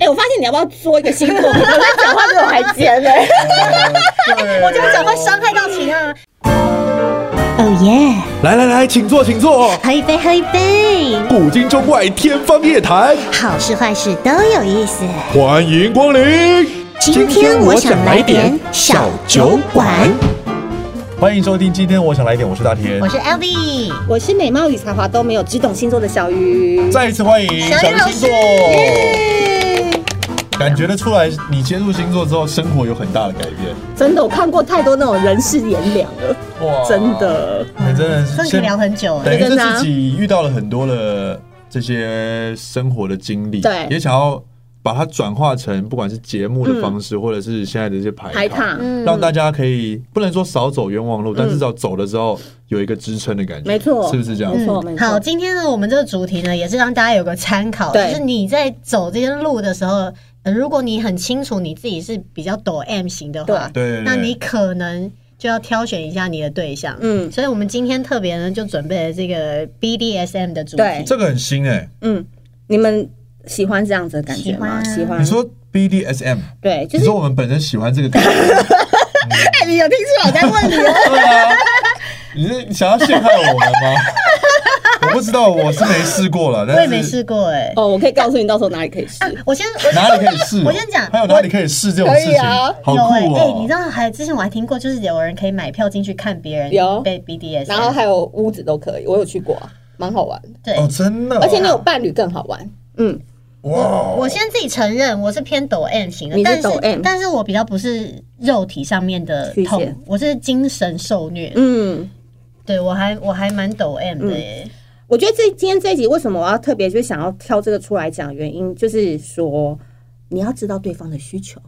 哎、我发现你要不要做一个星座？ 我在讲话比我还尖呢、 对，我这样讲会伤害到其他人。哦耶！来来来，请坐，请坐。喝一杯，喝一杯，古今中外，天方夜谭，好事坏事都有意思。欢迎光临。今天我想来点小酒馆。欢迎收听，今天我想来点，我是大田我。是 Elvi，我是美貌与才华都没有，只懂星座的小鱼。再一次欢迎小林老星座。耶感觉得出来，你接触星座之后，生活有很大的改变。真的，我看过太多那种人事炎凉了，哇真，的。你真的是真的可以聊很久哎。等于是真的啊自己遇到了很多的这些生活的经历，对也想要把它转化成不管是节目的方式，或者是现在的一些排排卡，卡，嗯让大家可以不能说少走冤枉路，但至少走了之后有一个支撑的感觉，没错是不是这样？嗯没错没错好，今天呢，我们这个主题呢，也是让大家有个参考，就对是你在走这些路的时候，呃如果你很清楚你自己是比较抖 M 型的话，对对对那你可能就要挑选一下你的对象。嗯所以我们今天特别呢，就准备了这个 BDSM 的主对题。这个很新哎、嗯，你们喜欢这样子的感觉吗？喜喜欢。啊你说 BDSM，、对，就你是说我们本身喜欢这个感觉，哎，你有听出来我在问你 吗？对啊，你是想要陷害我们吗？我不知道，我是没试过了，但我是也没试过哎、哦，我可以告诉你，到时候哪里可以试。我先我 哪里可以 试？我先讲还有哪里可以试这种事可以情？啊好有哎、酷哎你知哦！道还之前我还听过，就是有人可以买票进去看别人有被 BDS，然后还有屋子都可以，我有去过、啊，蛮好玩的。对，哦，真的哦，哎而且你有伴侣更好玩。嗯，哇，我先自己承认我是偏抖 M 型的，你是但抖 M 但是我比较不是肉体上面的曲痛线，我是精神受虐。嗯，对我还我还蛮抖 M 的欸耶，我觉得这今天这一集为什么我要特别就想要挑这个出来讲，原因就是说你要知道对方的需求。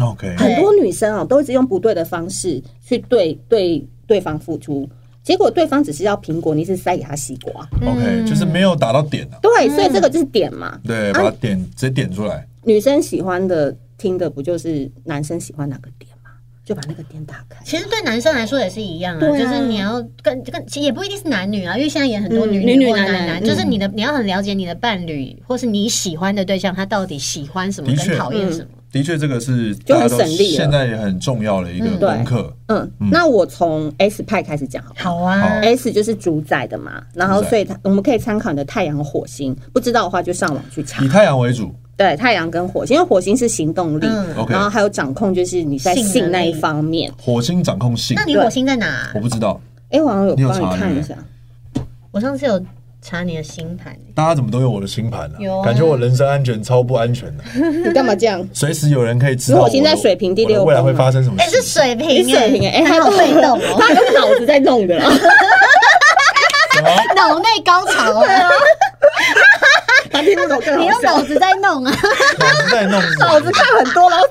OK，很多女生啊、都一直用不对的方式去对对对方付出，结果对方只是要苹果，你是塞给他西瓜。嗯 OK，就是没有达到点啊。对，嗯所以这个就是点嘛。对，啊把它点直接点出来。女生喜欢的听的不就是男生喜欢哪个点嘛，就把那个点打开。其实对男生来说也是一样啊，对啊就是你要跟跟其实也不一定是男女啊，因为现在也很多嗯女女女或男嗯男男就是你的你要很了解你的伴侣或是你喜欢的对象，他到底喜欢什么的确跟讨嗯厌什么。的确，这个是就大很家省都力了现在也很重要的一个嗯对功课。嗯，那我从 S 派开始讲好了。好啊， S 就是主宰的嘛，然后主宰所以它我们可以参考你的太阳、火星，不知道的话就上网去查以。太阳为主，对，太阳跟火星，因为火星是行动力，嗯 OK 然后还有掌控，就是你在性能性那一力方面。火星掌控性那。你火星在哪啊我？不知道哎、我好像有你有帮查你看一对不下，我上次有查你的星盘，欸大家怎么都有我的星盘有啊，啊感觉我人身安全超不安全 的，你干嘛这样？随时有人可以知道如我果现在水瓶第六我的未来宫啊会发生什么哎，是事。水瓶你耶，水平哎、欸，他他好被动哦。 他用脑子在弄的啦。什么脑内高潮啊！ 他听不懂更你好用笑脑，子在弄 啊！ 脑子在 弄什么脑子看很多，然后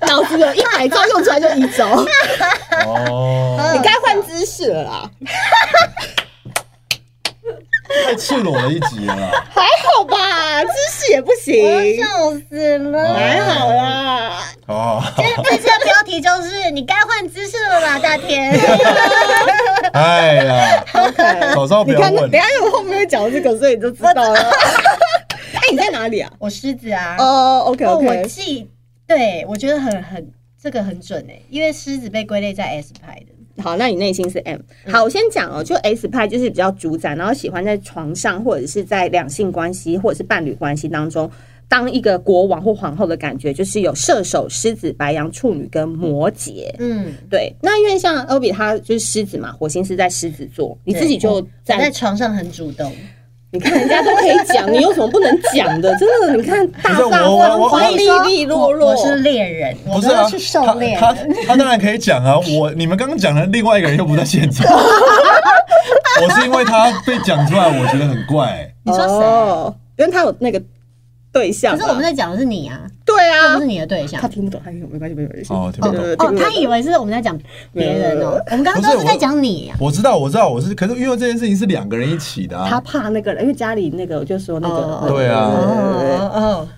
脑子有一百招用出来就一招，哦， 你该换姿势了啦。太赤裸了一集了啦。还好吧，姿势也不行，笑死了！还好啦。 哦，这次的标题就是“你该换姿势了吧，大天哎呀， OK 早知道 不你要看，问等一。下因为我后面会讲到这个，所以你就知道 了。哎、你在哪里啊”。？我狮子啊，哦、o k 哦，我 OK，记，对我觉得很很这个很准哎，因为狮子被归类在 S 派的。好，那你内心是 M。好，我先讲哦，就 S 派就是比较主宰，然后喜欢在床上或者是在两性关系或者是伴侣关系当中。当一个国王或皇后的感觉，就是有射手、狮子、白羊、处女跟摩羯。嗯，对，那因为像欧比他就是狮子嘛，火星是在狮子座，你自己就我在在，床上很主动，你看人家都可以讲，你有什么不能讲的？真的，你看大不是我大我方我方、利利落落我，是猎人，我不都是啊要去，狩他猎他的。他当然可以讲啊，我你们刚刚讲的另外一个人又不在现场，我是因为他被讲出来，我觉得很怪。你说谁啊？哦，因为他有那个对象可嘛。是我们在讲的是你啊，对又啊不是，你的对象他。听不懂，他听不懂，没关系，没关系。哦听不懂对哦，他以为是我们在讲别人哦，我们刚刚不是都是在我讲你啊。我知道，我知道，我是，可是因为这件事情是两个人一起的、他啊，怕那个人，因为家里那个，我呃就说那哦个，对啊哦对哦哦。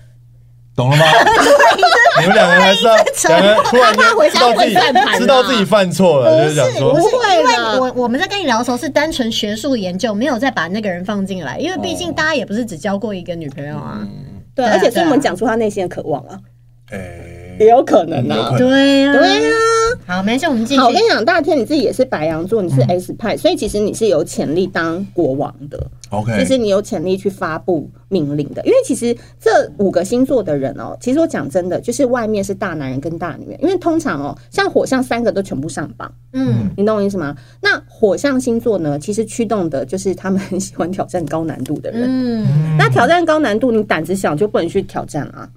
懂了吗？你们两个人还是要两个人突然他怕回间家知道自己会散盘啊知道自己犯错了，就是想不说是不会因为啦我我们在跟你聊的时候是单纯嗯学术研究，没有再把那个人放进来，因为毕竟大家也不是只交过一个女朋友啊。对，对啊而且是对啊我们讲出他内心的渴望啊，哎，也有可能有可啊能。对呀、对啊，好，没事，我们继续好，我。跟你讲，大天你自己也是白羊座，你是 S 派，所以其实你是有潜力当国王的。就 OK，是你有潜力去发布命令的。因为其实这五个星座的人哦，其实我讲真的，就是外面是大男人跟大女人，因为通常哦，像火象三个都全部上榜，嗯，你懂我意思吗？那火象星座呢，其实驱动的就是他们 很喜欢挑战高难度的人。嗯，那挑战高难度，你胆子小就不能去挑战啊，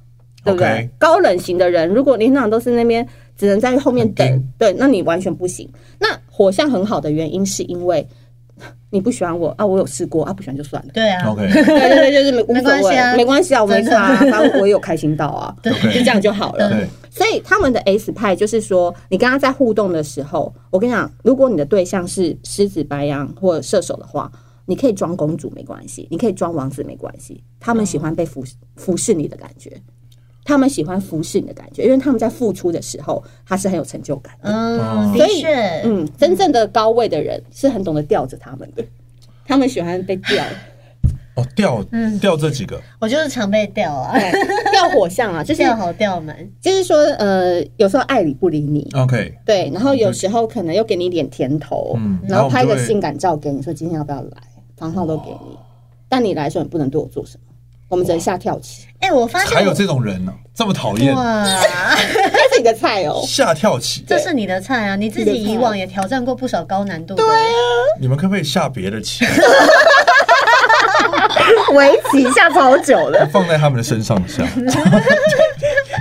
对不对 OK 高冷型的人，如果你通常都是那边只能在后面很等，对，那你完全不行。那火象很好的原因是因为 你不喜欢我啊，我有试过啊，不喜欢就算 了。对啊， OK 对对对，就是没无没所关系啊谓，没关系啊，我没真的差啊，反正我也有开心到 啊， 就 OK，这样就好了。对，所以他们的 S 派就是说，你跟他在互动的时候，我跟你讲，如果你的对象是狮子、白羊或射手的话，你可以装公主没关系，你可以装王子没关系，他们喜欢被服服侍你的感觉。他们喜欢服侍你的感觉，因为他们在付出的时候，他是很有成就感。嗯，哦所的以确，嗯，嗯，真正的高位的人是很懂得吊着他们的，他们喜欢被吊。哦，掉掉这几个，我就是常被调 啊，对哎吊火象啊，就是调好调满，就是说，呃，有时候爱理不理你， OK，对，然后有时候可能又给你一点甜头，嗯然后拍然后个我们就会哦性感照给你，说今天要不要来，房号都给你，但你来的时候你不能对我做什么，我们只能下跳棋，哎、我发现还有我啊这种人呢，这么讨厌，哇，那是你的菜哦。下跳棋，这是你的菜啊！你自己以往也挑战过不少高难度的，啊你们可不可以下别的棋，围棋下超久了，放在他们的身上 下？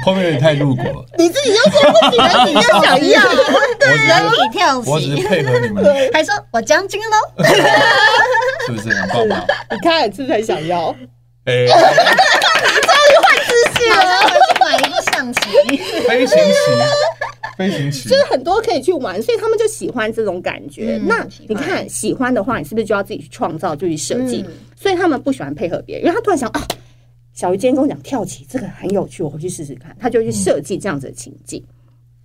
后面有点太露骨了，你自己就说不行了，你就想要，啊 我只人是体跳我只棋，是配合你们，对，还说我将军喽，是 不是很棒吧？ 你看是不是很想要？哎，马上啊回去买一副象棋。飞行棋，飞行棋，就是很多可以去玩，所以他们就喜欢这种感觉。嗯那喜欢你看喜欢的话，你是不是就要自己去创造、就去设计？嗯所以他们不喜欢配合别人，因为他突然想啊，小鱼今天跟我讲跳棋，这个很有趣，我回去试试看，他就去设计这样子的情境。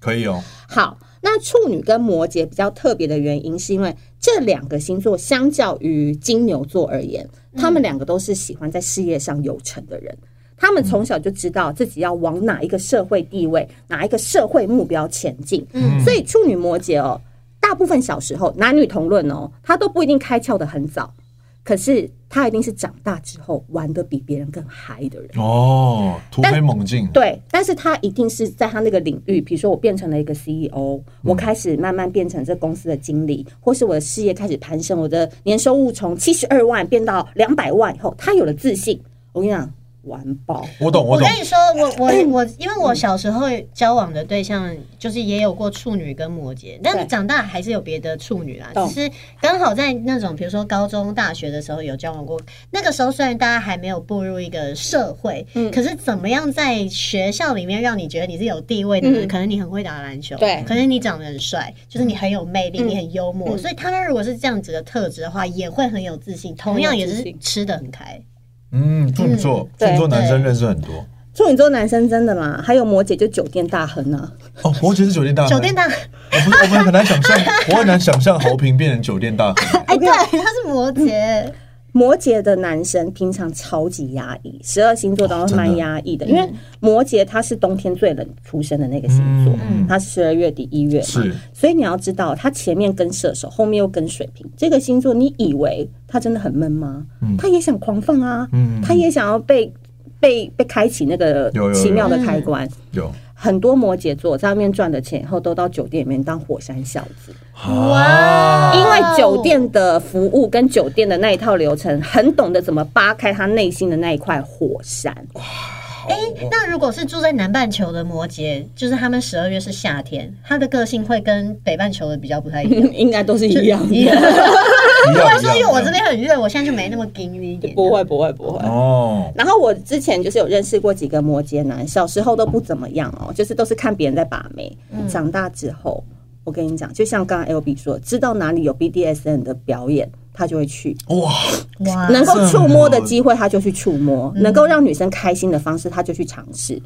可以哦，好，那处女跟摩羯比较特别的原因，是因为这两个星座相较于金牛座而言，他们两个都是喜欢在事业上有成的人。他们从小就知道自己要往哪一个社会地位、哪一个社会目标前进，嗯所以处女摩羯哦，大部分小时候男女同论哦，他都不一定开窍的很早，可是他一定是长大之后玩的比别人更嗨的人。哦，突飞猛进，对，但是他一定是在他那个领域，比如说我变成了一个 CEO，我开始慢慢变成这公司的经理，或是我的事业开始攀升，我的年收入从七十二万变到两百万以后，他有了自信。我跟你讲，完爆！我懂，我我跟懂，你说，我我我，因为我小时候交往的对象就是也有过处女跟摩羯，但是对长大还是有别的处女啦，懂只是刚好在那种比如说高中、大学的时候有交往过。那个时候虽然大家还没有步入一个社会，嗯可是怎么样在学校里面让你觉得你是有地位的人？嗯可能你很会打篮球，对可能你长得很帅，就是你很有魅力，嗯你很幽默，嗯所以他如果是这样子的特质的话，也会很有自信，同样也很有自是信吃的很开。嗯，处女座，处对女座男生对认识很多，处女座男生真的啦，还有摩羯就酒店大亨啊，哦，摩羯是酒店大亨，酒店大，哎我不是，我们很难想 象，我很难想象豪平变成酒店大亨。哎，对，他是摩羯。摩羯的男生平常超级压抑，十二星座当中蛮压哦抑的，嗯因真的为摩羯他是冬天最冷出生的那个星座，嗯他是十二月底一月嘛是，所以你要知道，他前面跟射手，后面又跟水瓶，这个星座你以为他真的很闷吗？他也想狂放啊，嗯他也想要被被被开启那个有有有奇妙的开关。有很多摩羯座在外面赚的钱以后，都到酒店里面当火山小子。啊哇因为酒店的服务跟酒店的那一套流程，很懂得怎么扒开他内心的那一块火山。哎、那如果是住在南半球的摩羯，就是他们十二月是夏天，他的个性会跟北半球的比较不太一样。 应该都是 一样一的。样一不样会说，因为我这一样边很热，我现在就没那么硬一 点。不会，不会，不会。哦，然后我之前就是有认识过几个摩羯男，小时候都不怎么样哦，就是都是看别人在把妹。嗯长大之后，我跟你讲，就像刚刚 L B 说，知道哪里有 BDSN 的表演，他就会去。哇，哇，啊能够触摸的机会，他就去触摸；嗯能够让女生开心的方式，他就去尝试。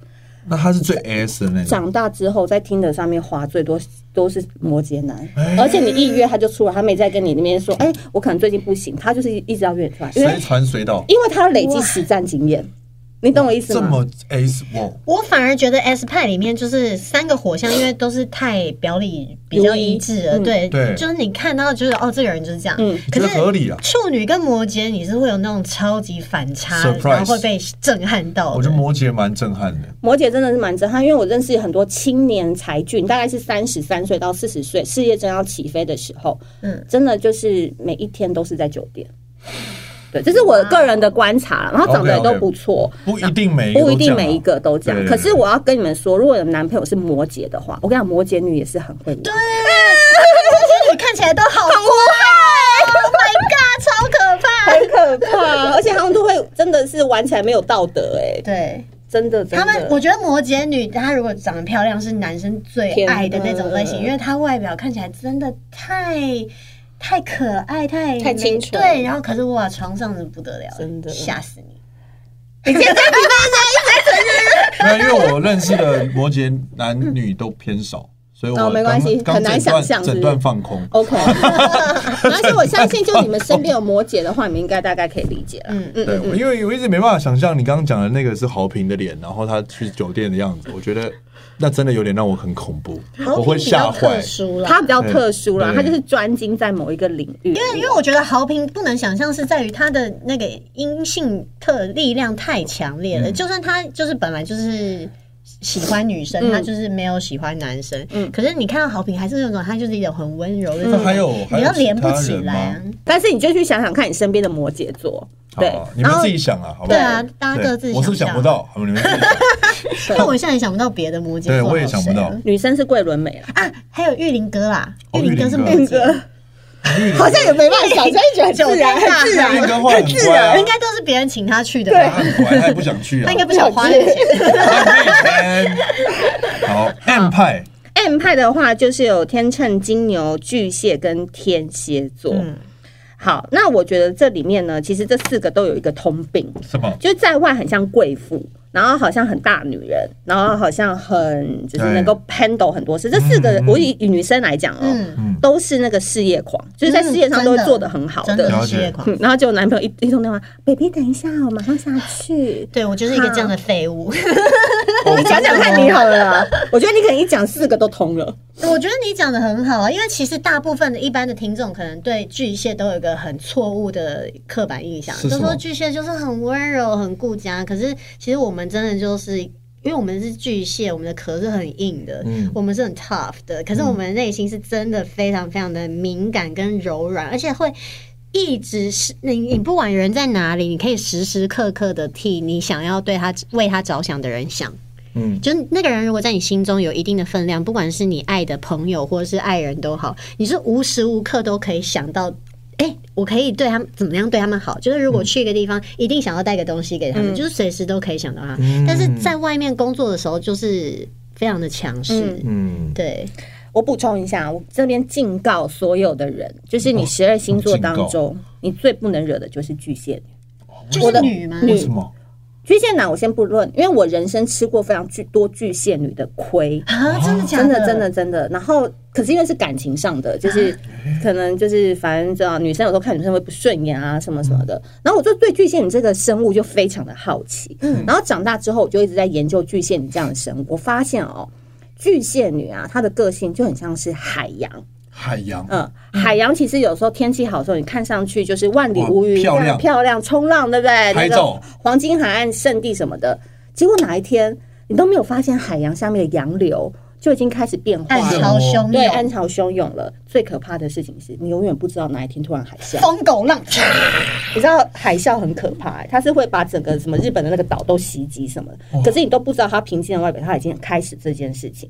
那他是最 S 的那种，长大之后，在听的上面花最多都是摩羯男哎，而且你一约他就出来，他没再跟你那边说，哎，我可能最近不行，他就是一直要约你出来，因为随传随到因为他要累积实战经验。你懂我意思这吗？么 ace 我我反而觉得 S 派里面就是三个火象，因为都是太表里比较一致了，嗯对，对就是你看到就是哦，这个人就是这样，嗯可觉得是合理啊处女跟摩羯你是会有那种超级反差 Surprise 然后会被震撼到我的觉得。摩羯蛮震撼的，摩羯真的是蛮震撼，因为我认识很多青年才俊，大概是三十三岁到四十岁，事业正要起飞的时候，嗯，真的就是每一天都是在酒店。对，这是我个人的观察啦，然后长得也都 OK，OK 不错。不一定每一个都不一定这样啊每一个都这样，对可是我要跟你们说，如果有男朋友是摩羯的话，我跟你讲，摩羯女也是很会玩。处 女看起来都好很坏， ，Oh my god，超可怕。很可怕，而且他们都会真的是玩起来没有道德、哎，对真的，真他的们，我觉得摩羯女她如果长得漂亮，是男生最爱的那种类型，天哪因为她外表看起来真的太太可爱，太太美清纯对，然后可是哇，床上是不得了，真的吓死你。没有，因为我认识的摩羯男女都偏少，所以我哦没关系刚很难刚想整象是不是嗯段整段放空。 OK，而且我相信，就你们身边有摩羯的话，你们应该大概可以理解了。嗯嗯对，因为我一直没办法想象你刚刚讲的那个是豪平的脸，然后他去酒店的样子，我觉得那真的有点让我很恐怖，我会吓好评比较坏特。殊啦，他比较特殊啦，对他就是专精在某一个领域。因为因为我觉得豪平不能想象是在于他的那个阴性特力量太强烈了，就算他就是本来就是。喜欢女生，嗯他就是没有喜欢男生。嗯可是你看到豪平还是有种，他就是一种很温柔的这那种，还有还你有都连不其起他人来、啊吗。但是你就去想想看，你身边的摩羯座，哦对好，你然们后自己想啊，好不对好？啊，大家各自对我是象想不，到，你们自己想但我现在也想不到别的摩羯座对有谁啊，我也想不到女生是桂纶镁啦，啊。还有玉林哥啦，哦玉林哥是摩玉林羯，好像也没办法想，现在觉得很自然，酒店大很自那然。个话很乖啊 应，该都是别人请他去的他吧？很乖，他也不想去啊。他应该不想花那个钱。他妹钱 好，M 派 M 派的话，就是有天秤、金牛、巨蟹跟天蝎座。嗯好，那我觉得这里面呢，其实这四个都有一个通病，什么？就是在外很像贵妇，然后好像很大女人，然后好像很就是能够 handle 很多事。这四个嗯，嗯我以以女生来讲哦、嗯，嗯，都是那个事业狂，就是在事业上都会做得很好真的。的了是解事业狂。嗯然后就有男朋友一一通电话，baby 等一下，我马上下 去。对我就是一个这样的废物。你哦讲讲看你好了啦， 我觉得你可能一讲四个都通了。我觉得你讲的很好啊，因为其实大部分的一般的听众可能对巨蟹都有一个很错误的刻板印象，是就什么说巨蟹就是很温柔、很顾家。可是其实我们真的就是，因为我们是巨蟹，我们的壳是很硬的，嗯我们是很 tough 的。可是我们内心是真的非常非常的敏感跟柔软，而且会。一直是你，你不管人在哪里，你可以时时刻刻的替你想要对他为他着想的人想。嗯，就是那个人如果在你心中有一定的分量，不管是你爱的朋友或者是爱人都好，你是无时无刻都可以想到，哎、我可以对他们怎么样对他们好。就是嗯如果去一个地方，一定想要带个东西给他们，就是随时都可以想到他。嗯但是在外面工作的时候，就是非常的强势。嗯，对，我补充一下，我这边警告所有的人，就是你十二星座当中，你最不能惹的就是巨蟹女。就我的是女吗？为什么？巨蟹男我先不论，因为我人生吃过非常巨多巨蟹女的亏，啊，真的假真的的啊真的真的。然后可是因为是感情上的，就是可能就是反正知道女生有时候看女生会不顺眼啊什么什么嗯的。然后我就对巨蟹女这个生物就非常的好奇，嗯然后长大之后我就一直在研究巨蟹女这样的生物，我发现哦。巨蟹女啊，她的个性就很像是海洋，海洋，嗯，海洋其实有时候天气好的时候，你看上去就是万里无云，哇漂亮非常漂亮，冲浪对不对？那拍照个黄金海岸圣地什么的，结果哪一天你都没有发现海洋下面的洋流就已经开始变化暗是了，潮汹对，涌，暗潮汹涌了。最可怕的事情是你永远不知道哪一天突然海啸，疯狗浪。你知道海啸很可怕、欸，它是会把整个什么日本的那个岛都袭击什么的，可是你都不知道它平静的外表，它已经开始这件事情，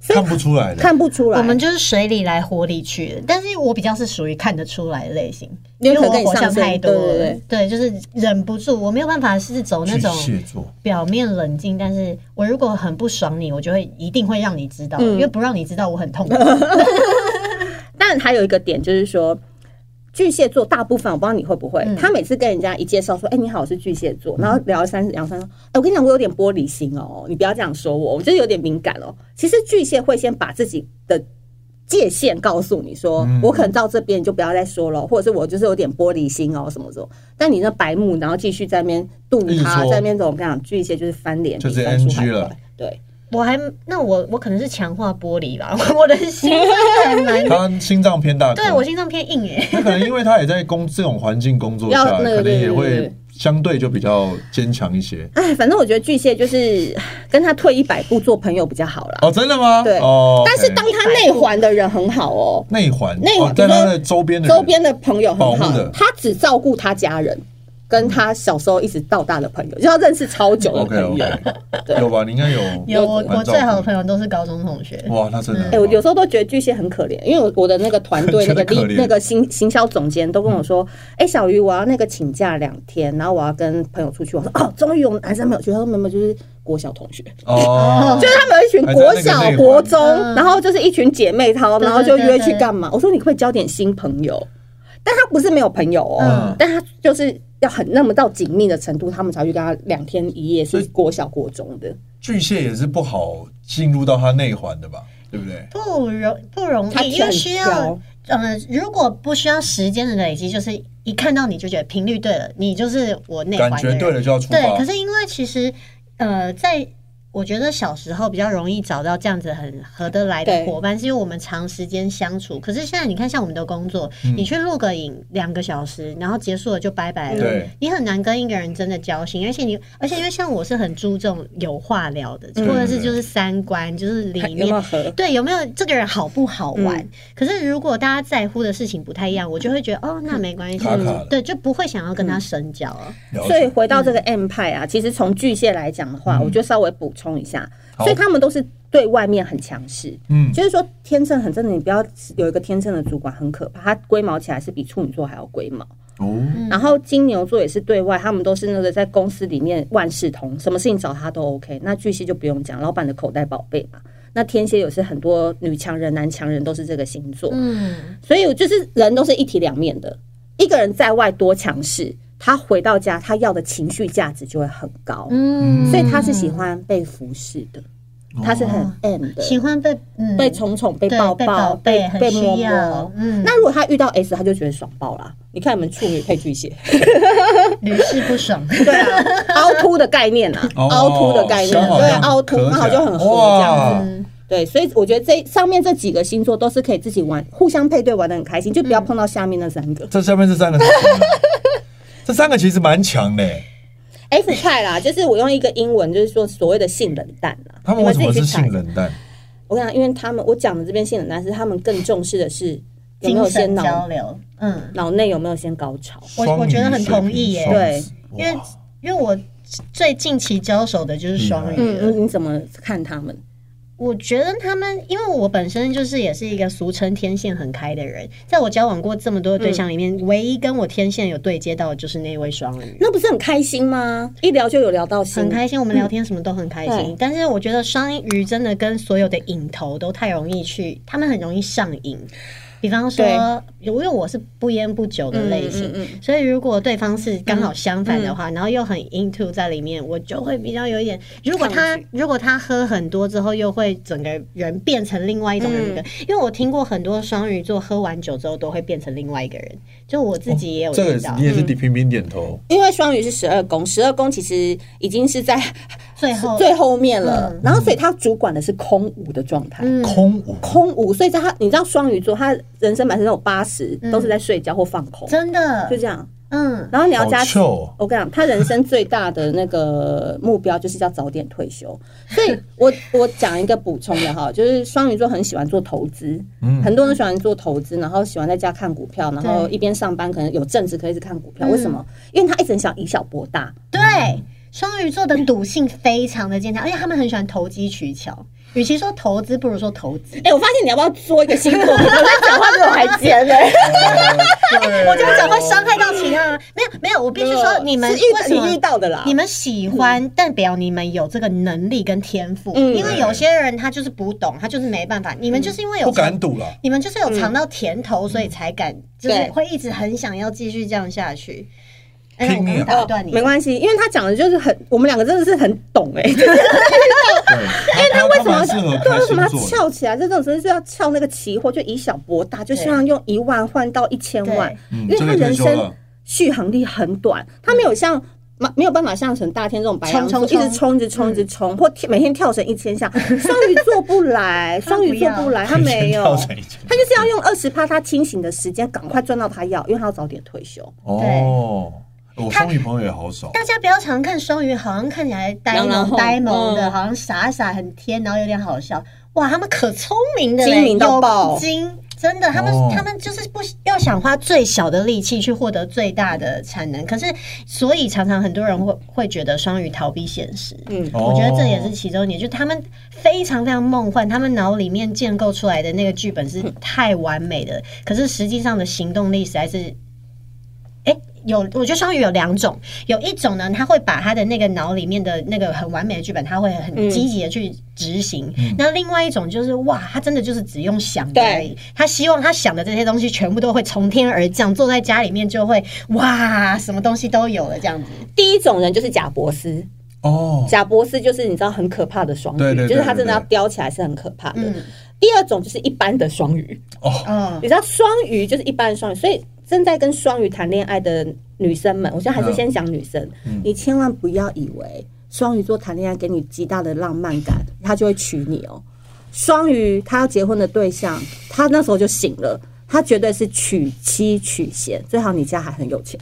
所以看不出来的。看不出来。我们就是水里来火里去的，但是我比较是属于看得出来的类型，因因为为可能我跟你火上象升太多了，对就是忍不住，我没有办法是走那巨种蟹座，表面冷静，但是我如果很不爽你，我就会一定会让你知道，嗯因为不让你知道我很 痛苦。但还有一个点就是说，巨蟹座大部分我不知道你会不会，嗯他每次跟人家一介绍说：“哎、你好，我是巨蟹座。”然后聊三两三说：“哎、我跟你讲，我有点玻璃心哦，你不要这样说我，我就是有点敏感哦。”其实巨蟹会先把自己的界限告诉你说，嗯我可能到这边你就不要再说了，或者是我就是有点玻璃心哦，什么什么。但你那白目，然后继续在那边度一直他，说在那边怎么讲，巨蟹就是翻脸，就是比翻书 NG 还快了。对，我还那我我可能是强化玻璃吧， 我的心很难。 他心脏偏大颗，对我心脏偏硬哎，那可能因为他也在工这种环境工作下，要那个可能也对对会对相对就比较坚强一些。哎，反正我觉得巨蟹就是跟他退一百步做朋友比较好啦。哦，真的吗？对哦，但是 OK 当他内环的人很好哦，内环，内环哦在比如他说的周边的人周边的朋友很保护好的，他只照顾他家人，跟他小时候一直到大的朋友，就要认识超久的朋 OK 友。 OK， 对有吧？你应该有。有我蛮我照最好顾的朋友都是高中同学，哇，那真的很哎、好。我有时候都觉得巨蟹很可怜，因为我我的那个团 队那觉个得可怜力那个行行销总监都跟我说，哎、小鱼，我要那个请假两天，然后我要跟朋友出去。我说哦，终于有男生没有去，他说没有，没有就是国小同学， 哦，就是他们有一群还在国那个小内、环国中，嗯然后就是一群姐妹淘，对然后就对约对去对干嘛？我说你可不可以交点新朋友？但他不是没有朋友哦，嗯但他就是要很那么到紧密的程度，他们才去跟他两天一夜，是所以国小国中的。巨蟹也是不好进入到他内环的吧？对不对？不容不容他易，因为很需要挑呃，如果不需要时间的累积，就是一看到你就觉得频率对了，你就是我内环感的觉人对了就要出对，发可。是因为其实呃，在我觉得小时候比较容易找到这样子很合得来的对伙伴，是因为我们长时间相处。可是现在你看，像我们的工作，你去录个影两个小时，然后结束了就拜拜了对，你很难跟一个人真的交心。而且你，而且因为像我是很注重有话聊的，嗯或者是就是三观，就是理还有没念有合？对，有没有这个人好不好玩？嗯可是如果大家在乎的事情不太一样，我就会觉得哦，那没关系，卡卡的对，就不会想要跟嗯他深交了。了所以解，回到这个 M 派啊，其实从巨蟹来讲的嗯话，我就稍微补充一下，所以他们都是对外面很强势，嗯，就是说天秤很真的，你不要有一个天秤的主管很可怕，他龟毛起来是比处女座还要龟毛。哦，然后金牛座也是对外，他们都是那个在公司里面万事通，什么事情找他都 OK。那巨蟹就不用讲，老板的口袋宝贝嘛。那天蝎有是很多女强人、男强人都是这个星座，嗯，所以我就是人都是一体两面的。一个人在外多强势，他回到家他要的情绪价值就会很高，嗯所以他是喜欢被服侍的，哦他是很 M 的，喜欢被嗯被宠宠、被哦对抱被宝抱、贝被很被需摸要摸。嗯那如果他遇到 S，他就觉得爽爆啦。你看你们处女配巨蟹，屡试不 爽。对啊，凹凸的概念啊，哦凹凸的概念，刚好对这样凹凸，合刚起来好就很合这样子。嗯，对，所以我觉得这上面这几个星座都是可以自己玩，互相配对玩的很开心，就不要碰到下面那三个这下面这三个是什么， 这三个其实蛮强的。欸 S 派哎啦。就是我用一个英文，就是说所谓的性冷淡啦。他们为什么你是自己去性查？冷淡？我跟你讲，因为他们我讲的这边性冷淡是他们更重视的是有没精有先神交脑流，嗯，脑内有没有先高潮。我双鱼我觉得很同意耶水瓶双子因为因为哇我最近期交手的就是双鱼嗯了。嗯，你怎么看他们？我觉得他们，因为我本身就是也是一个俗称天线很开的人，在我交往过这么多的对象里面，嗯唯一跟我天线有对接到的就是那位双鱼。那不是很开心吗？一聊就有聊到心，很开心，我们聊天什么都很开心。嗯对但是我觉得双鱼真的跟所有的瘾头都太容易去，他们很容易上瘾。比方说，因为我是不烟不酒的类型，嗯嗯嗯所以如果对方是刚好相反的话，然后又很 into 在里面，我就会比较有一点。如果他抗拒如果他喝很多之后，又会整个人变成另外一种人的。嗯因为我听过很多双鱼座喝完酒之后都会变成另外一个人，就我自己也有哦这遇个到你。也是频频点头。因为双鱼是十二宫，十二宫其实已经是在最后，最后面了，嗯然后所以他主管的是空无的状态。嗯，空无，空无，所以在他，你知道双鱼座，他人生百分之有八十都是在睡觉或放空，真的就，这样。嗯，然后你要好加，臭 哦。我跟你讲，他人生最大的那个目标就是要早点退休。所以 我我讲一个补充的哈，就是双鱼座很喜欢做投资，嗯很多人喜欢做投资，然后喜欢在家看股票，然后对一边上班可能有阵子可以一直看股票，嗯为什么？因为他一直很想以小博大，对，双鱼座的赌性非常的坚强，而且他们很喜欢投机取巧。与其说投资，不如说投机。哎、我发现你要不要说一个星座？ 我在讲话比我还尖呢、哎我这样讲会伤害到其他人。没有没有，我必须说你们啊是为什遇么你遇到的啦，你们喜欢，代表你们有这个能力跟天赋。嗯因为有些人他就是不懂，他就是没办法。你们就是因为嗯有不敢赌了。你们就是有尝到甜头，所以才敢，就是对会一直很想要继续这样下去。哎，我拼刚命啊刚打断你了，哦没关系，因 为他讲的就是很，我们两个真的是很懂哎、 对，因为他为什么适合为开什心么他做的。翘起来？这种真的是要翘那个期货，就以小博大，就希望用一万换到一千万对，嗯因为这他个人退休生了，续航力很短，他没有像。没没有办法像陈大天这种白羊座，冲冲冲嗯一直冲一直冲一直冲，或跳每天跳绳一千 下。双鱼做不来，他不双鱼做要 不来，他 没有，跳绳已经他就是要用二十趴他清醒的时间，赶快赚到他要，因为他要早点退休。哦，我他双鱼朋友也好少，大家不要常看双鱼，好像看起来呆洋洋萌后呆萌的，嗯好像傻傻很天，然后有点好笑。哇，他们可聪明的嘞，精明到爆有精，真的，他们、哦他们就是不要想花最小的力气去获得最大的产能。可是，所以常常很多人会会觉得双鱼逃避现实。嗯，哦我觉得这也是其中一点，就他们非常非常梦幻，他们脑里面建构出来的那个剧本是太完美的，可是实际上的行动力实在是，哎，有我觉得双鱼有两种，有一种呢，他会把他的那个脑里面的那个很完美的剧本，他会很积极的去执行；那、另外一种就是哇，他真的就是只用想的而已，他希望他想的这些东西全部都会从天而降，坐在家里面就会哇，什么东西都有了这样子。第一种人就是贾伯斯，哦，贾伯斯就是你知道很可怕的双鱼，对对就对是他真的要对对叼起来是很可怕的。嗯第二种就是一般的双鱼，嗯你知道双鱼就是一般的双鱼，所以正在跟双鱼谈恋爱的女生们，我觉得还嗯是先讲女生，你千万不要以为双鱼座谈恋爱给你极大的浪漫感，他就会娶你哦。双鱼他要结婚的对象，他那时候就醒了，他绝对是娶妻娶贤，最好你家还很有钱。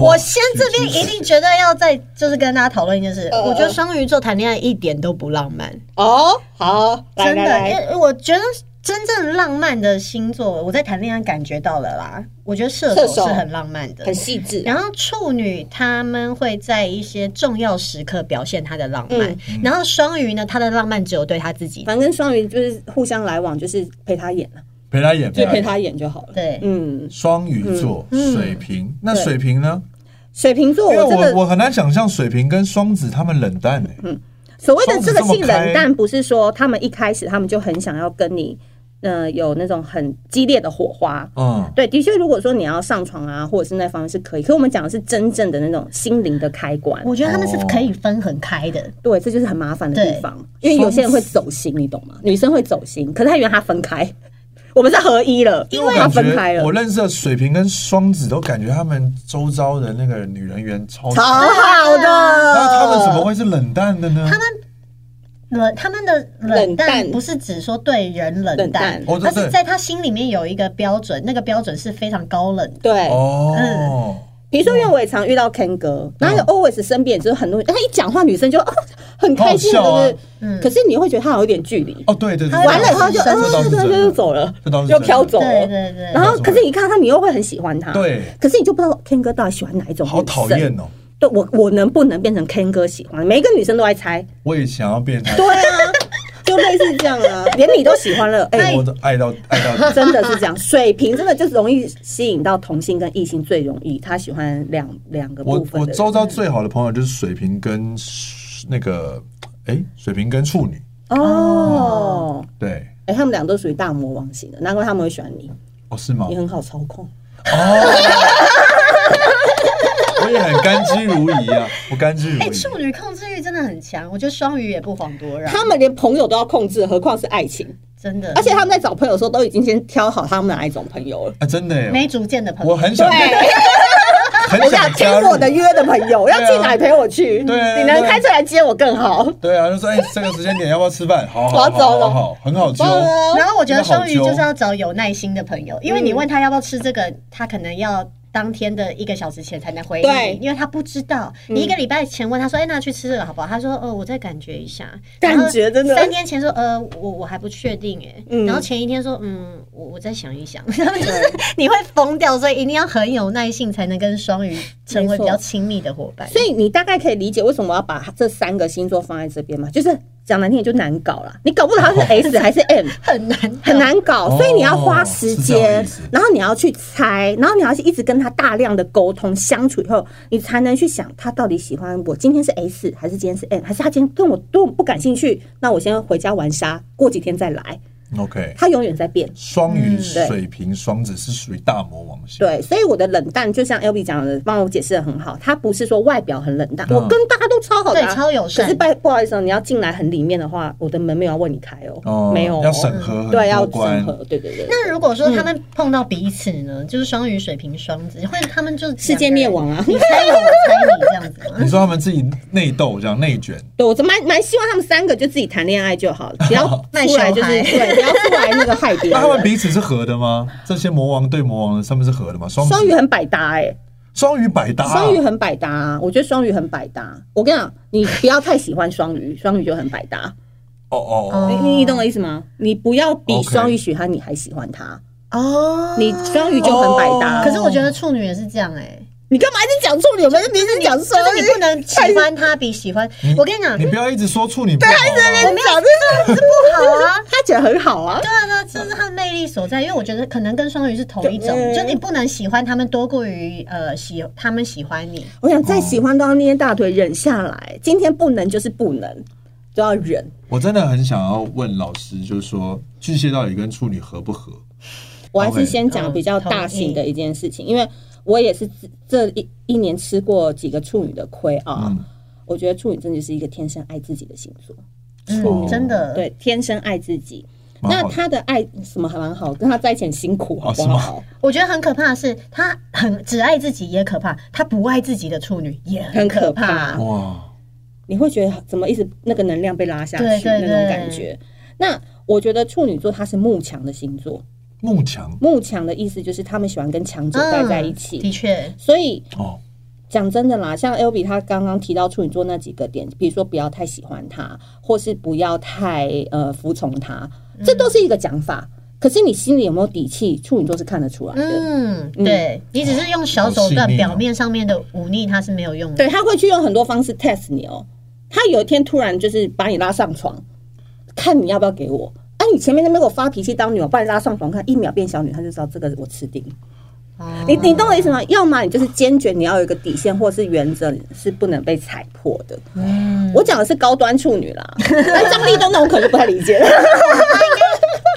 我先这边一定觉得要再就是跟大家讨论一件事，呃我觉得双鱼座谈恋爱一点都不浪漫，哦，好，来真来的，因来，为我觉得真正浪漫的星座，我在谈恋爱感觉到了啦。我觉得射射手手是很浪漫的很，细致。然后处女他们会在一些重要时刻表现他的浪漫，嗯然后双鱼呢，他的浪漫只有对他自己。反正双鱼就是互相来往，就是陪他演了，啊陪他演，就陪。他演就好了。对嗯，双鱼座，水瓶，那对水瓶呢？水瓶座因为我真我的嗯我很难想象水瓶跟双子他们冷淡欸所谓的这个双子性这么开冷淡，不是说他们一开始他们就很想要跟你，呃，有那种很激烈的火花。嗯，对，的确，如果说你要上床啊，或者是那方面是可以，可我们讲的是真正的那种心灵的开关。我觉得他们是可以分很开的，对，这就是很麻烦的地对方，因为有些人会走心，你懂吗？女生会走心，可是她以为她分开，我们是合一了，因我她感分开觉了我。认识的水瓶跟双子都感觉他们周遭的那个女人缘超超好的，那他们怎么会是冷淡的呢？他们冷，他们的冷冷淡淡不是只说对人冷冷淡淡，哦而对是在他心里面有一个标准，那个标准是非常高冷的。对？嗯哦，比如说，因为我也常遇到 Ken 哥，嗯然后 always 身边就是很多，哎他一讲话女生就哦很开心，好笑啊对不嗯对？可是你会觉得他好像有点距离，哦，对对对，完了他就这嗯，倒是对真对的对，就走了这倒，是又飘走对了。对对，然后，可是你看他，你又会很喜欢他，对可是你就不知道 Ken 哥到底喜欢哪一种，好讨。厌哦！对我，我能不能变成 Ken 哥喜欢？每一个女生都爱猜，我也想要变他，对啊， 就类似这样啊，连你都喜欢了，哎，我都 爱到爱到底。真的是这样，水瓶真的就是容易吸引到同性跟异性最容易，他喜欢两两个部我分的我人周遭最好的朋友就是水瓶跟那个，哎，水瓶跟处女，哦。对，哎、他们俩都属于大魔王型的，难怪他们会喜欢你，哦，是吗你？很好操控。哦 我也很甘之如饴啊，我甘之如哎、饴。处女控制欲真的很强，我觉得双鱼也不遑多啊让，他们连朋友都要控制，何况是爱情？嗯真的，而且他们在找朋友的时候，都已经先挑好他们哪一种朋友了。啊，真的耶，没主见的朋我友，很 想，很我想想听加入我的约的朋友，要去哪里陪我去？啊对啊你能开车来接我更好。对啊，就说哎，这个时间点要不要吃饭？好我好要好走好了好，很好揪。哦然后我觉得真的好双鱼就是揪要找有耐心的朋友，因为你问他要不要吃这个，他可能要。当天的一个小时前才能回应对你，因为他不知道。你一个礼拜前问他说：“哎、那去吃这个好不好？”他说：“呃，我再感觉一下。”嗯感觉真的然后三天前说：“呃，我我还不确定。”哎、嗯然后前一天说：“嗯，我我再想 一想。”他们就是你会疯掉，所以一定要很有耐性，才能跟双鱼成为比较亲密的伙伴。所以你大概可以理解为什么我要把这三个星座放在这边嘛？就是讲难听点，就难搞啦。你搞不懂 他是 S 还是 M，很难搞很难搞，哦所以你要花时是这样的意间思，然后你要去猜，然后你要去一直跟他大量的沟通相处以后，你才能去想他到底喜欢我今天是 S 还是今天是 M，还是他今天跟我对我不感兴趣，那我先回家玩沙，过几天再来。 OK，它永远在变。双鱼、嗯对水瓶、双子是属于大魔王星。对，所以我的冷淡，就像 L B 讲的，帮我解释的很好，他不是说外表很冷淡，嗯我跟大家都超好的啊、对超友善可是不不好意思、哦，你要进来很里面的话，我的门没有要为你开哦，哦，没有、哦，要审核很对，多要审关核，，对对对。那如果说他们碰到彼此呢，就是双鱼、水瓶、双子，会他们就世界灭亡啊！你猜我，我猜你这样子吗？你说他们自己内斗这样内卷，对，我就蛮蛮希望他们三个就自己谈恋爱就好了， 不要卖出来小就是对，孩不要出来那个害别人那他。们彼此是合的吗？这些魔王对魔王的，他们是合的吗？双双子鱼很百搭哎、双鱼百搭啊，双鱼很百搭、啊，我觉得双鱼很百搭。啊我跟你讲，你不要太喜欢双鱼，双鱼就很百搭。哦哦哦，你你懂我意思吗？你不要比 OK 双鱼喜欢你还喜欢他，哦你双鱼就很百哦搭。啊可是我觉得处女也是这样哎、欸，你干嘛一直讲处女？我们一直讲双就是你鱼，不能喜欢他比喜欢你啊我跟你嗯讲，你不要一直说处女不好啊，没有这个是不好啊， 他讲得很好啊。对啊，对啊，这是他的魅力所在。因为我觉得可能跟双鱼是同一种，对就你不能喜欢他们多过于呃喜他们喜欢你。我想哦再喜欢都要捏大腿忍下来，今天不能就是不能，就要忍。我真的很想要问老师，就是说巨蟹到底跟处女合不合？我还 OK 是先讲比较大型的一件事情，因为我也是自这一一年吃过几个处女的亏啊。嗯我觉得处女真的是一个天生爱自己的星座，哦嗯，真的，，对，天生爱自己。蛮那好的他的爱什么还蛮好，跟他在一起很辛苦，好不哦好？我觉得很可怕的是，他很只爱自己也可怕，他不爱自己的处女也很很可可怕怕。嗯哇，你会觉得怎么一直那个能量被拉下去对对那种对感觉。那我觉得处女座它是慕强的星座，慕强慕强的意思就是他们喜欢跟强者待在一起，嗯的确，所以哦，讲真的啦，像 L B 他刚刚提到处女座那几个点，比如说不要太喜欢他，或是不要太呃服从他，这都是一个讲法。可是你心里有没有底气，处女座是看得出来的。嗯，对你只是用小手好段细腻哦，表面上面的忤逆他是没有用的。对，他会去用很多方式 test 你哦。他有一天突然就是把你拉上床，看你要不要给我。啊，你前面那边给我发脾气当女友，把你拉上床看，一秒变小女，他就知道这个我吃定。哦你你懂我意思吗？要么你就是坚决，你要有一个底线或是原则是不能被踩破的。我讲的是高端处女啦， 那张立东那我可能就不太理解了。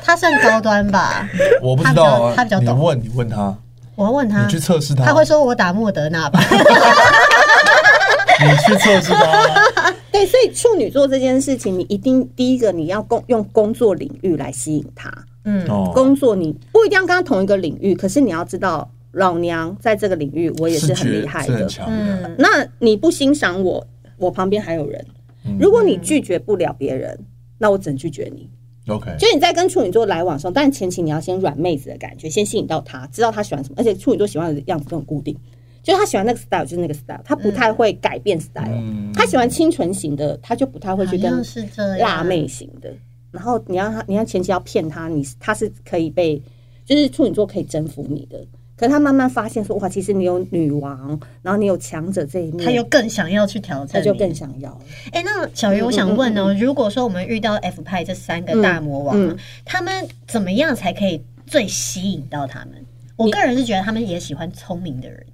他算高端吧？我不知道他啊比较，他比你较懂问你问他，我要问他你，去测试他，他会说我打莫德纳吧？你去测 试他，对，所以处女座这件事情，你一定第一个你要工用工作领域来吸引他。嗯，哦，工作你不一定要跟他同一个领域，可是你要知道，老娘在这个领域我也是很觉厉害是很的。嗯强的，那你不欣赏我，我旁边还有人。嗯如果你拒绝不了别人，那我只能拒绝你。 ，OK，就是你在跟处女座来往的时候，但前期你要先软妹子的感觉，先吸引到她，知道她喜欢什么，而且处女座喜欢的样子都很固定，就是她喜欢那个 style 就是那个 style，她不太会改变 style，、嗯她喜欢清纯型的，她就不太会去好跟像是这样辣妹型的。然后你让她，你要前期要骗她，你她是可以被，就是处女座可以征服你的。可是她慢慢发现说，哇，其实你有女王，然后你有强者这一面，他又更想要去挑她战你，就更想要了。哎、那小鱼，我想问嗯哦，如果说我们遇到 F 派这三个大魔王嗯啊，嗯他们怎么样才可以最吸引到他们？我个人是觉得他们也喜欢聪明的人，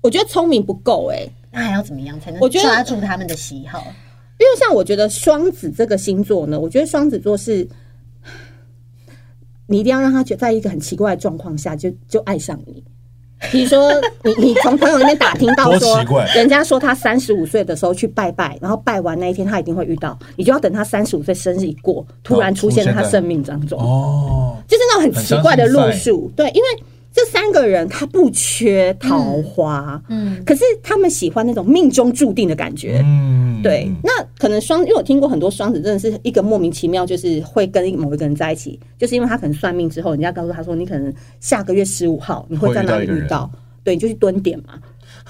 我觉得聪明不够哎、那还要怎么样才能我觉得抓住他们的喜好？因为像我觉得双子这个星座呢，我觉得双子座是，你一定要让他觉得在一个很奇怪的状况下就就爱上你。比如说， 你你从朋友那边打听到多说奇怪，人家说他三十五岁的时候去拜拜，然后拜完那一天他一定会遇到，你就要等他三十五岁生日一过，突然出现在他生命当中。哦，就是那种很奇怪的路数。对，因为这三个人他不缺桃花，嗯，可是他们喜欢那种命中注定的感觉。嗯，对，那可能双，因为我听过很多双子真的是一个莫名其妙，就是会跟某一个人在一起，就是因为他可能算命之后，人家告诉他说，你可能下个月十五号你会在哪里会遇到一个遇人到，对，你就去蹲点嘛。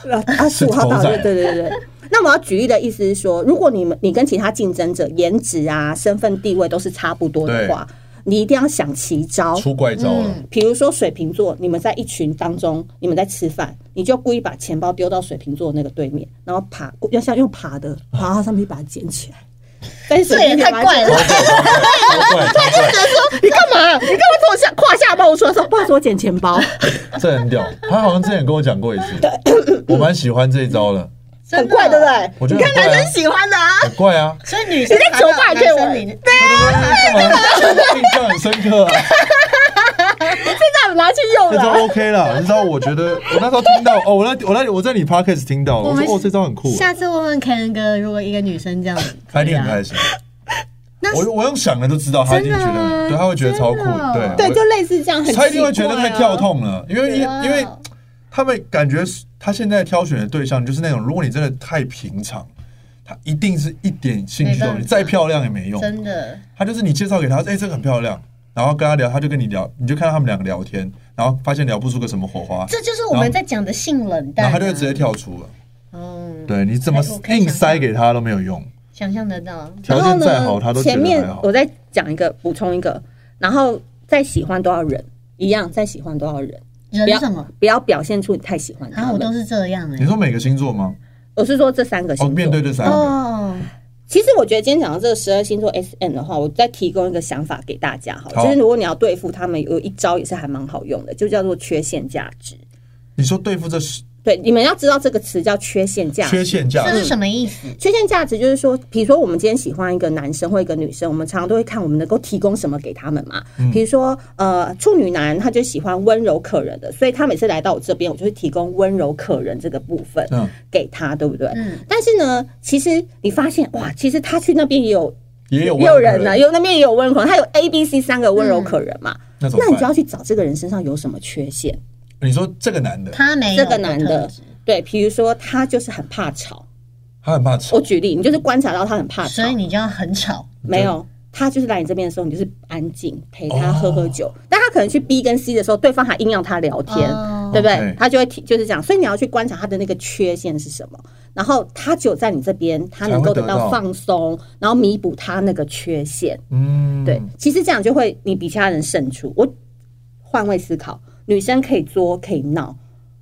呃啊，十五号到 是狗了，仔对对对对。那我要举例的意思是说，如果你们你跟其他竞争者颜值啊、身份地位都是差不多的话，你一定要想奇招，出怪招嗯了，比如说水瓶座，你们在一群当中，你们在吃饭，你就故意把钱包丢到水瓶座那个对面，然后爬，要像用爬的爬到上面把它捡起来。但是水这也瓶太怪了。出怪出怪说你干嘛？你干嘛从下胯下帮我说说？不好意思，我捡钱包。这很屌，他好像之前跟我讲过一次，我蛮喜欢这一招的。真很的怪，对不对？我觉你得看很怪啊男生喜欢的啊，很怪啊，所以女生你在爬到酒吧也可以男生玩里啊干嘛？印象很深刻啊，这张拿去用那招了。 OK 啦，那招我觉得我那时候听到哦，我那我那我在你 podcast 听到了，我我们说哦这招很酷，下次啊问问 Ken 哥，如果一个女生这样，他一定很可以啊开心。我我用想的就知道他一定觉真的得，吗对，他会觉得超酷真的哦， 对，我就类似这样，很他一定会觉奇得怪太啊跳。痛了，因为因对啊因为他们感觉他现在挑选的对象就是那种，如果你真的太平常，他一定是一点兴没趣都没办有，法你再漂亮也没用。真的他就是你介绍给他，哎、这个很漂亮，然后跟他聊，他就跟你聊，你就看到他们两个聊天，然后发现聊不出个什么火花，这就是我们在讲的性冷淡、然啊，后他就会直接跳出了。嗯，对，你怎么哎我可以硬想象塞给他都没有用，想象得到，条然后件呢，再好他都觉前得面还好我。再讲一个，补充一个，然后再喜欢都要忍，一样再喜欢都要忍，人不要什么？不要表现出你太喜欢啊，他我都们。是这样哎、你说每个星座吗？我是说这三个星哦，座。面对这三个，哦，其实我觉得今天讲到这个十二星座 S N 的话，我再提供一个想法给大家好了，好就是如果你要对付他们，有一招也是还蛮好用的，就叫做缺陷价值。你说对付这十对，你们要知道这个词叫缺陷价值。缺陷价这值是，什么意思？缺陷价值就是说，比如说我们今天喜欢一个男生或一个女生，我们常常都会看我们能够提供什么给他们嘛。嗯比如说，呃，处女男他就喜欢温柔可人的，所以他每次来到我这边，我就会提供温柔可人这个部分嗯，给他，对不对？嗯，但是呢，其实你发现哇，其实他去那边也有也有也有人呢呢，，有那边也有温柔可人，他有 A、B、C 三个温嗯柔可人嘛。那怎那你么就办？要去找这个人身上有什么缺陷。你说这个男的，他没有这个男特的质，对，比如说他就是很怕吵。他很怕吵我，举例，你就是观察到他很怕吵，所以你就要很吵，没有，他就是来你这边的时候，你就是安静陪哦他喝喝酒。但他可能去 B 跟 C 的时候，对方还硬要他聊天，哦对不对 OK 他就会提就是这样，所以你要去观察他的那个缺陷是什么，然后他只有在你这边，他能够才得会得到到放松，然后弥补他那个缺陷。嗯，对，其实这样就会你比其他人胜出。我换位思考，女生可以作可以闹。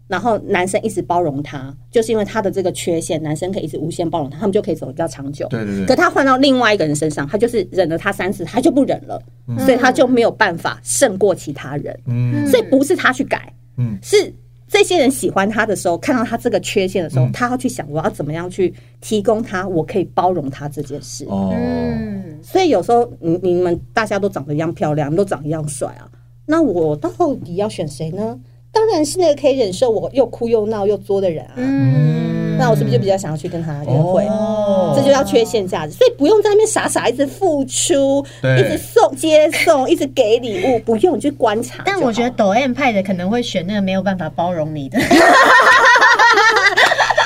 然后男生一直包容她，就是因为她的这个缺陷，男生可以一直无限包容她，他们就可以走得比较长久。对对可对，他换到另外一个人身上，他就是忍了他三次，他就不忍了，所以他就没有办法胜过其他人。嗯所以不是他去改，嗯是这些人喜欢他的时候，看到他这个缺陷的嗯时候，他要去想我要怎么样去提供他，我可以包容他这件事。哦，嗯，所以有时候你你们大家都长得一样漂亮，都长一样帅啊，那我到底要选谁呢？当然是那个可以忍受我又哭又闹又作的人啊。嗯那我是不是就比较想要去跟他约会？哦这就叫缺陷价值，所以不用在那边傻傻一直付出，对一直送接送，一直给礼 物，不用你去观察就好。但我觉得抖 M 派的可能会选那个没有办法包容你的，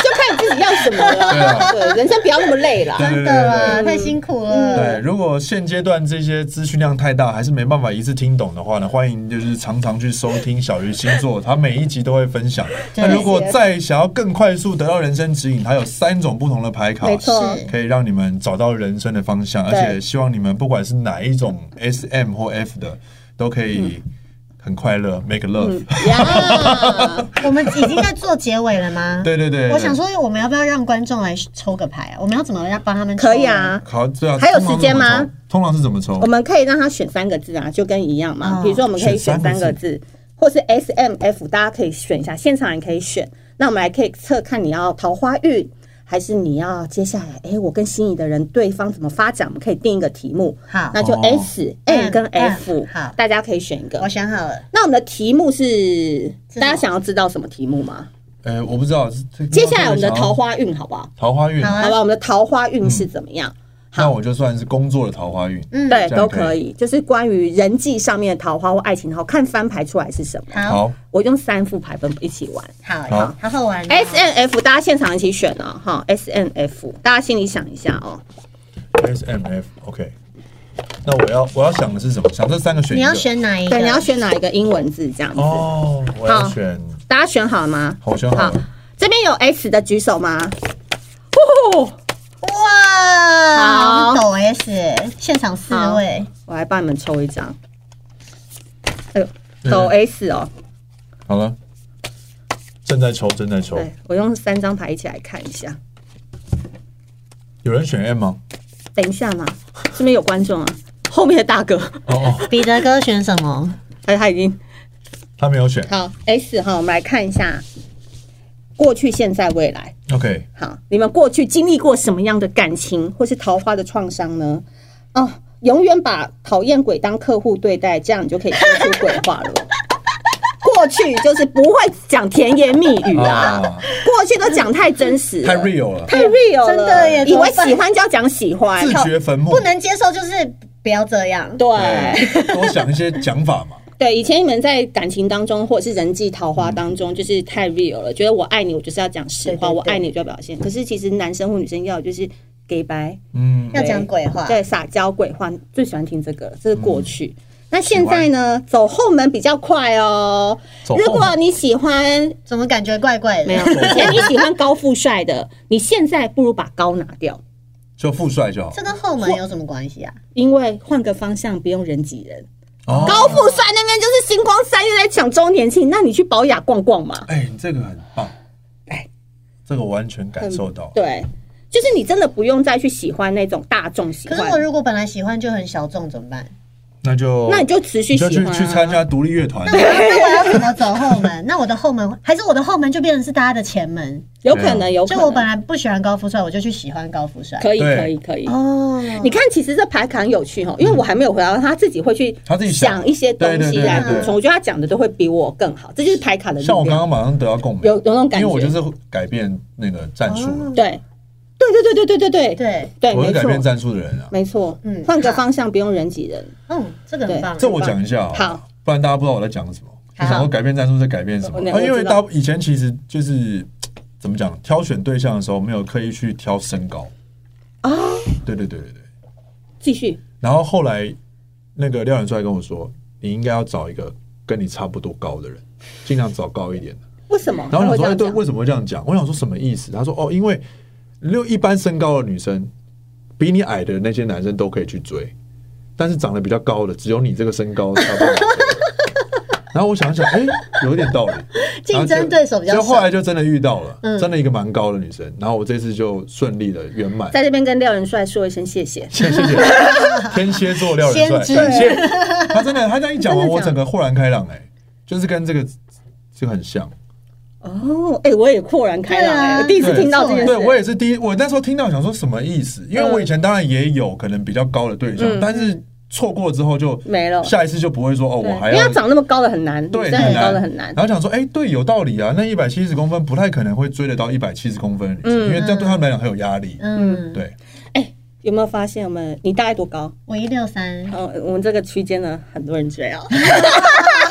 就看你自己要什么 对了。啊对，人生不要那么累啦。对对真对对的对啦，太辛苦了。对，如果现阶段这些资讯量太大，还是没办法一次听懂的话呢，欢迎就是常常去收听小鱼星座，他每一集都会分享。对那如果再想要更快速得到人生指引，它有三种不同的牌卡，没错是可以让你们找到人生的方向，而对且希望你们不管是哪一种 S M 或 F 的，都可以嗯很快乐，make love。呀， 我们已经在做结尾了吗？ 对对对，我想说，我们要不要让观众来抽个牌啊？我们要怎么样帮他们？可以，啊。好，对啊，还有通常时间是怎么吗抽？通常是怎么抽我？们可以让他选三个字啊，就跟一样嘛。哦比如说，我们可以选选三三个个字，或是 S M F，大家可以选一下，现场也可以选。那我们来可以测看你要桃花运，还是你要接下来，哎、我跟心仪的人对方怎么发展，我们可以定一个题目。好那就哦 S、M 跟 F，嗯好大家可以选一我个。想好了，那我们的题目是，是什么大家想要知道什么题目吗？呃，我不知道。这接下来我们的桃花运好不好？桃花运，好啊好吧，我们的桃花运是怎么样？那我就算是工作的桃花运。嗯，对，这样都可可以，就是关于人际上面的桃花或爱情桃，看翻牌出来是什么。好，好，我用三副牌分一起玩。好，好好，好好玩哦。 S N F，大家现场一起选哦，哈，S N F，大家心里想一下哦。 S M F OK。那我要我要想的是什么？想这三个选你一个。要选哪一个？对，你要选哪一个英文字这样子？哦，我要选。大家选好了吗？好我选好了这边有 S 的举手吗？哦，哇，好抖 S，现场四好位，我来帮你们抽一张。哎嗯呦，抖 S 哦，好了，正在抽，正在抽。对我用三张牌一起来看一下。有人选 M 吗？等一下嘛，这边有观众啊，后面的大哥，哦哦，彼得哥选什么？他他已经他没有选。好 S 哈，我们来看一下过去、现在、未来。 OK，好，你们过去经历过什么样的感情或是桃花的创伤呢？哦，永远把讨厌鬼当客户对待，这样你就可以说出鬼话了。过去就是不会讲甜言蜜语啊，啊过去都讲太真实了，太 real 了，太 real 了，真的耶以为怎么办喜欢就要讲喜欢自，掘坟墓不，能接受就是不要这样。对。对，多想一些讲法嘛。对，以前你们在感情当中，或者是人际桃花当中，就是太 real 了，觉得我爱你，我就是要讲实话，对对对我爱你我就要表现。可是其实男生或女生要的就是给白，嗯，要讲鬼话，对，撒娇鬼话，最喜欢听这个，这是过去。那现在呢？走后门比较快哦。走后 门如果你喜欢，怎么感觉怪怪的？没有，以前你喜欢高富帅的，你现在不如把高拿掉，就富帅就好。 这跟后门有什么关系啊？因为换个方向，不用人挤人。哦高富帅那边就是星光三月在抢周年庆，那你去保雅逛逛嘛。哎，你这个很棒，这个我完全感受到。哎嗯对，就是你真的不用再去喜欢那种大众喜可是我欢，如果本来喜欢就很小众怎么 办？那就那你就持续你就喜去欢、啊。去参加独立乐团那，我那我要怎么走后门？那我的后门还是我的后门就变成是大家的前门？有可啊能，有可就能。我本来不喜欢高富帅，我就去喜欢高富帅。可以，对嗯可以，可以。哦，你看，其实这牌卡很有趣哈，因为我还没有回答，他自己会去他自己想想一些东对对西对来对对补充。我觉得他讲的都会比我更好，这就是牌卡的力像我刚量。刚马上得到共鸣，有有那种感因为觉，我就是改变那个战术了，对，对对对对对对对对，对，我啊是没改变错，战术的人啊。没错。嗯换个好方向，不用人挤人。嗯，这个很棒。这我讲一下好了，好不然大家不知道我在讲什么。好我想说改变战术在改变什么？我啊因我为知道大以前其实就是怎么讲，挑选对象的时候没有刻意去挑身高啊。对对对对对。继续，然后后来那个廖远帅跟我说，你应该要找一个跟你差不多高的人，尽量找高一点哦的。为什么？然后他我会想这说，哎样对，讲？为什么会这样讲？我想说什么意思？他说，哦，因为六一般身高的女生，比你矮的那些男生都可以去追，但是长得比较高的，只有你这个身高差不多。然后我想一想，哎、有一点道理。竞争对手比较少然后就后来就真的遇到了，嗯真的一个蛮高的女生。然后我这次就顺利的圆满。在这边跟廖元帅说一声谢谢。谢谢谢，天蝎座廖人帅，先知感谢他真的，他这样一讲完，真的我假的整个豁然开朗哎、就是跟这个这个很像。哦，哎、我也豁然开朗、对哎、啊我第一次听到这件事。对我也是第一，我那时候听到想说什么意思，因为我以前当然也有可能比较高的对象，但是错过之后就嗯没了下一次就不会说哦，对我还因为要要长那么高的很难，对女生很高的很难然。后想说，哎，对，有道理啊，那一百七十公分不太可能会追得到一百七十公分的女嗯生，因为这样对他们来讲很有压力。嗯，对，哎、有没有发现我们你大概多高？我一六三，呃，我们这个区间呢，很多人追啊。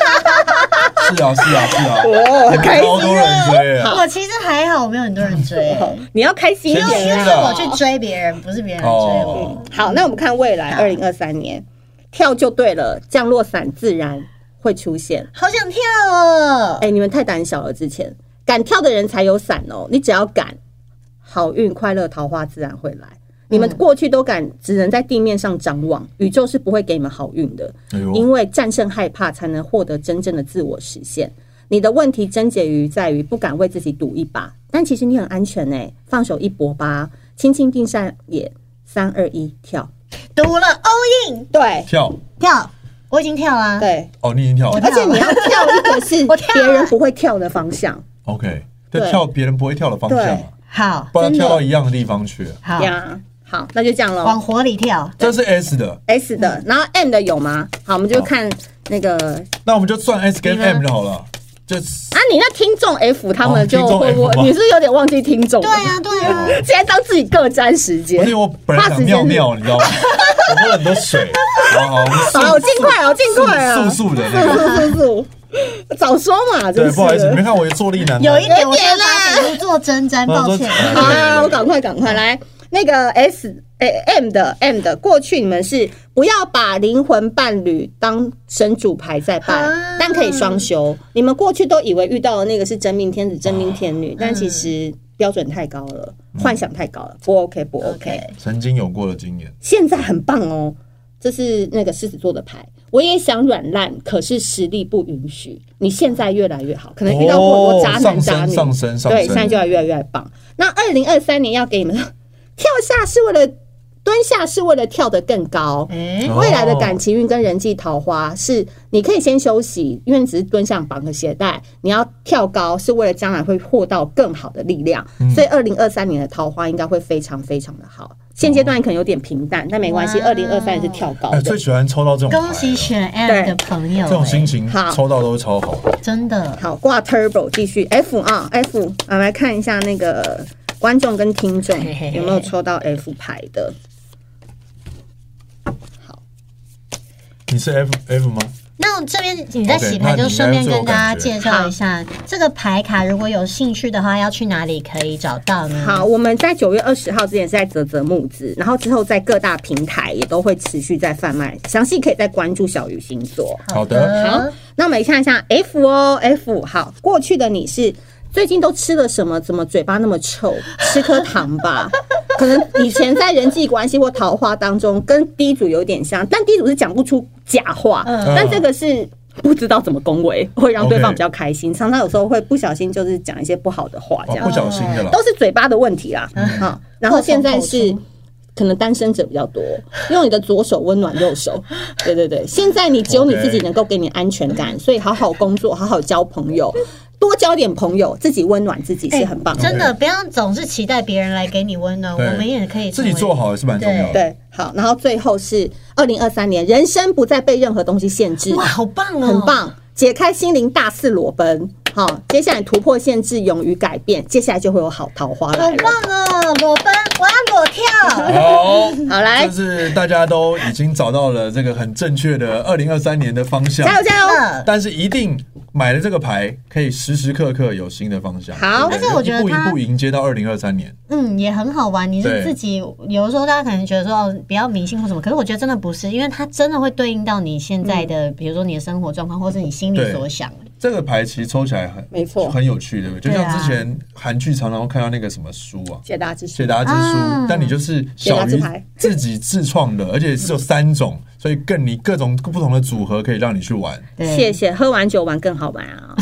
是啊，是啊，是 啊，哦，开心超多人追啊。我其实还好，我没有很多人追，你要开心一先点因为啊。吃是我去追别人，不是别人追我。哦，好，那我们看未来二零二三年，跳就对了，降落伞自然会出现。好想跳哦哎、！你们太胆小了，之前敢跳的人才有伞哦。你只要敢，好运、快乐、桃花自然会来。你们过去都敢，只能在地面上张望，宇宙是不会给你们好运的。哎呦，因为战胜害怕，才能获得真正的自我实现。你的问题症结于在于不敢为自己赌一把，但其实你很安全哎、放手一搏吧，轻轻闭上眼，三二一，跳。读了 all in 对跳跳，我已经跳啊。对，哦，你已经跳了而且你要跳一个是我跳啊别人不会跳的方向，OK，就对跳别人不会跳的方向啊，好不然真的跳到一样的地方去。好，呀。好，那就这样往喽。火里跳。这是 S 的， S 的，然后 M 的有吗？好，我们就看那个啊，那我们就算 S 跟你呢 M 就好了，就是。你那听众 F 他哦们就听众会不 F 会？吗你是不是有点忘记听众了？对啊，对啊，嗯现在当自己各占时间不哦是。我本来想尿尿，你知道吗？我喝了很多水，好好，我们速好，尽快哦，尽快哦，速速的那个。 速速速， 早说嘛，真对，是不好意思，你没的。看我坐立难有一安。点我现在发现如坐针嗯毡，抱歉。我好啊，我赶快赶快来那个 S 哎 M 的 M 的，过去你们是不要把灵魂伴侣当神主牌在拜啊，但可以双修。你们过去都以为遇到的那个是真命天子、真命天女，但其实标准太高了，嗯幻想太高了，不 OK 不 OK。曾经有过的经验，现在很棒哦，这是那个狮子座的牌。我也想软烂，可是实力不允许。你现在越来越好，可能遇到过很多渣男渣女，哦上升上升上升对，现在就要越来越棒。那二零二三年要给你们跳下是为了蹲下是为了跳得更高。哎、哦未来的感情运跟人际桃花是，你可以先休息，因为你只是蹲下绑个鞋带，你要跳高是为了将来会获到更好的力量。嗯所以二零二三年的桃花应该会非常非常的好。现阶段可能有点平淡，但没关系，哇二零二三是跳高哎，的最。喜欢抽到这种牌了，恭喜选 M 对的朋友、这种哎心情好抽到都超好。真的好，挂 Turbo 继续 F 啊 F，我们来看一下那个观众跟听众嘿嘿嘿有没有抽到 F 牌的。你是 F F 吗？那这边你在 OK，洗牌，那就你顺便跟大家应该最介有感觉绍一下这个牌卡。如果有兴趣的话，要去哪里可以找到呢？哎好，我们在九月二十号之前是在泽泽募资，然后之后在各大平台也都会持续在贩卖，详细可以再关注小鱼星座。好的，好，呃那我们来看一下 F 哦，F 好，过去的你是最近都吃了什么？怎么嘴巴那么臭？吃颗糖 吧。可能以前在人际关系或桃花当中，跟第一组有点像，但第一组是讲不出假话，嗯但这个是。不知道怎么恭维，会让对方 OK 比较开心。常常有时候会不小心就是讲一些不好的话，这哦样不小心的啦。都是嘴巴的问题啦。好，然后现在是可能单身者比较多，用你的左手温暖右 手。对对对，现在你只有你自己 OK 能够给你安全感，所以好好工作，好好交朋友，多交点朋友，自己温暖自己是很棒的。真的不要总是期待别人来给你温暖，对我们也可以自己成为做。好也是蛮重要的。对，好，然后最后是二零二三年，人生不再被任何东西限制。哇，好棒哦，很。棒，解开心灵大四裸奔。好，接下来突破限制，勇于改变，接下来就会有好桃花来好了。棒哦！裸奔，我要裸跳。好，好， 来就，是大家都已经找到了这个很正确的二零二三年的方向，加油加嗯油！但是一定买了这个牌，可以时时刻刻有新的方向。好对不对而且我觉得一步它一步迎接到二零二三年。嗯，也很好玩。你对是自己，有的时候大家可能觉得说哦，比较迷信或什么，可是我觉得真的不是，因为它真的会对应到你现在的，比如说你的生活状况，或是你心里嗯对所想。这个牌其实抽起来很没错很有趣，对不对？就对啊像之前韩剧常常会看到那个什么书啊，谢谢大家支持解。答之书，啊但你就是小解答之于牌自己自创的，而且是有三种，所以更你各种不同的组合可以让你去玩。对，谢谢，喝完酒玩更好玩啊！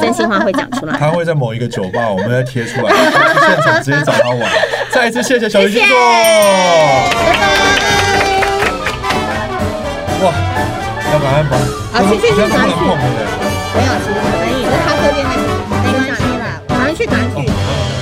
真心话会讲出来。他会在某一个酒吧，我们要 贴出来，去现场直接找他玩。再一次谢谢小鱼星座，哇，要赶快把，好谢谢不能不谢能谢碰对不对？没有，其实可以，那咖啡店那个没关系啦，赶快去，赶快去。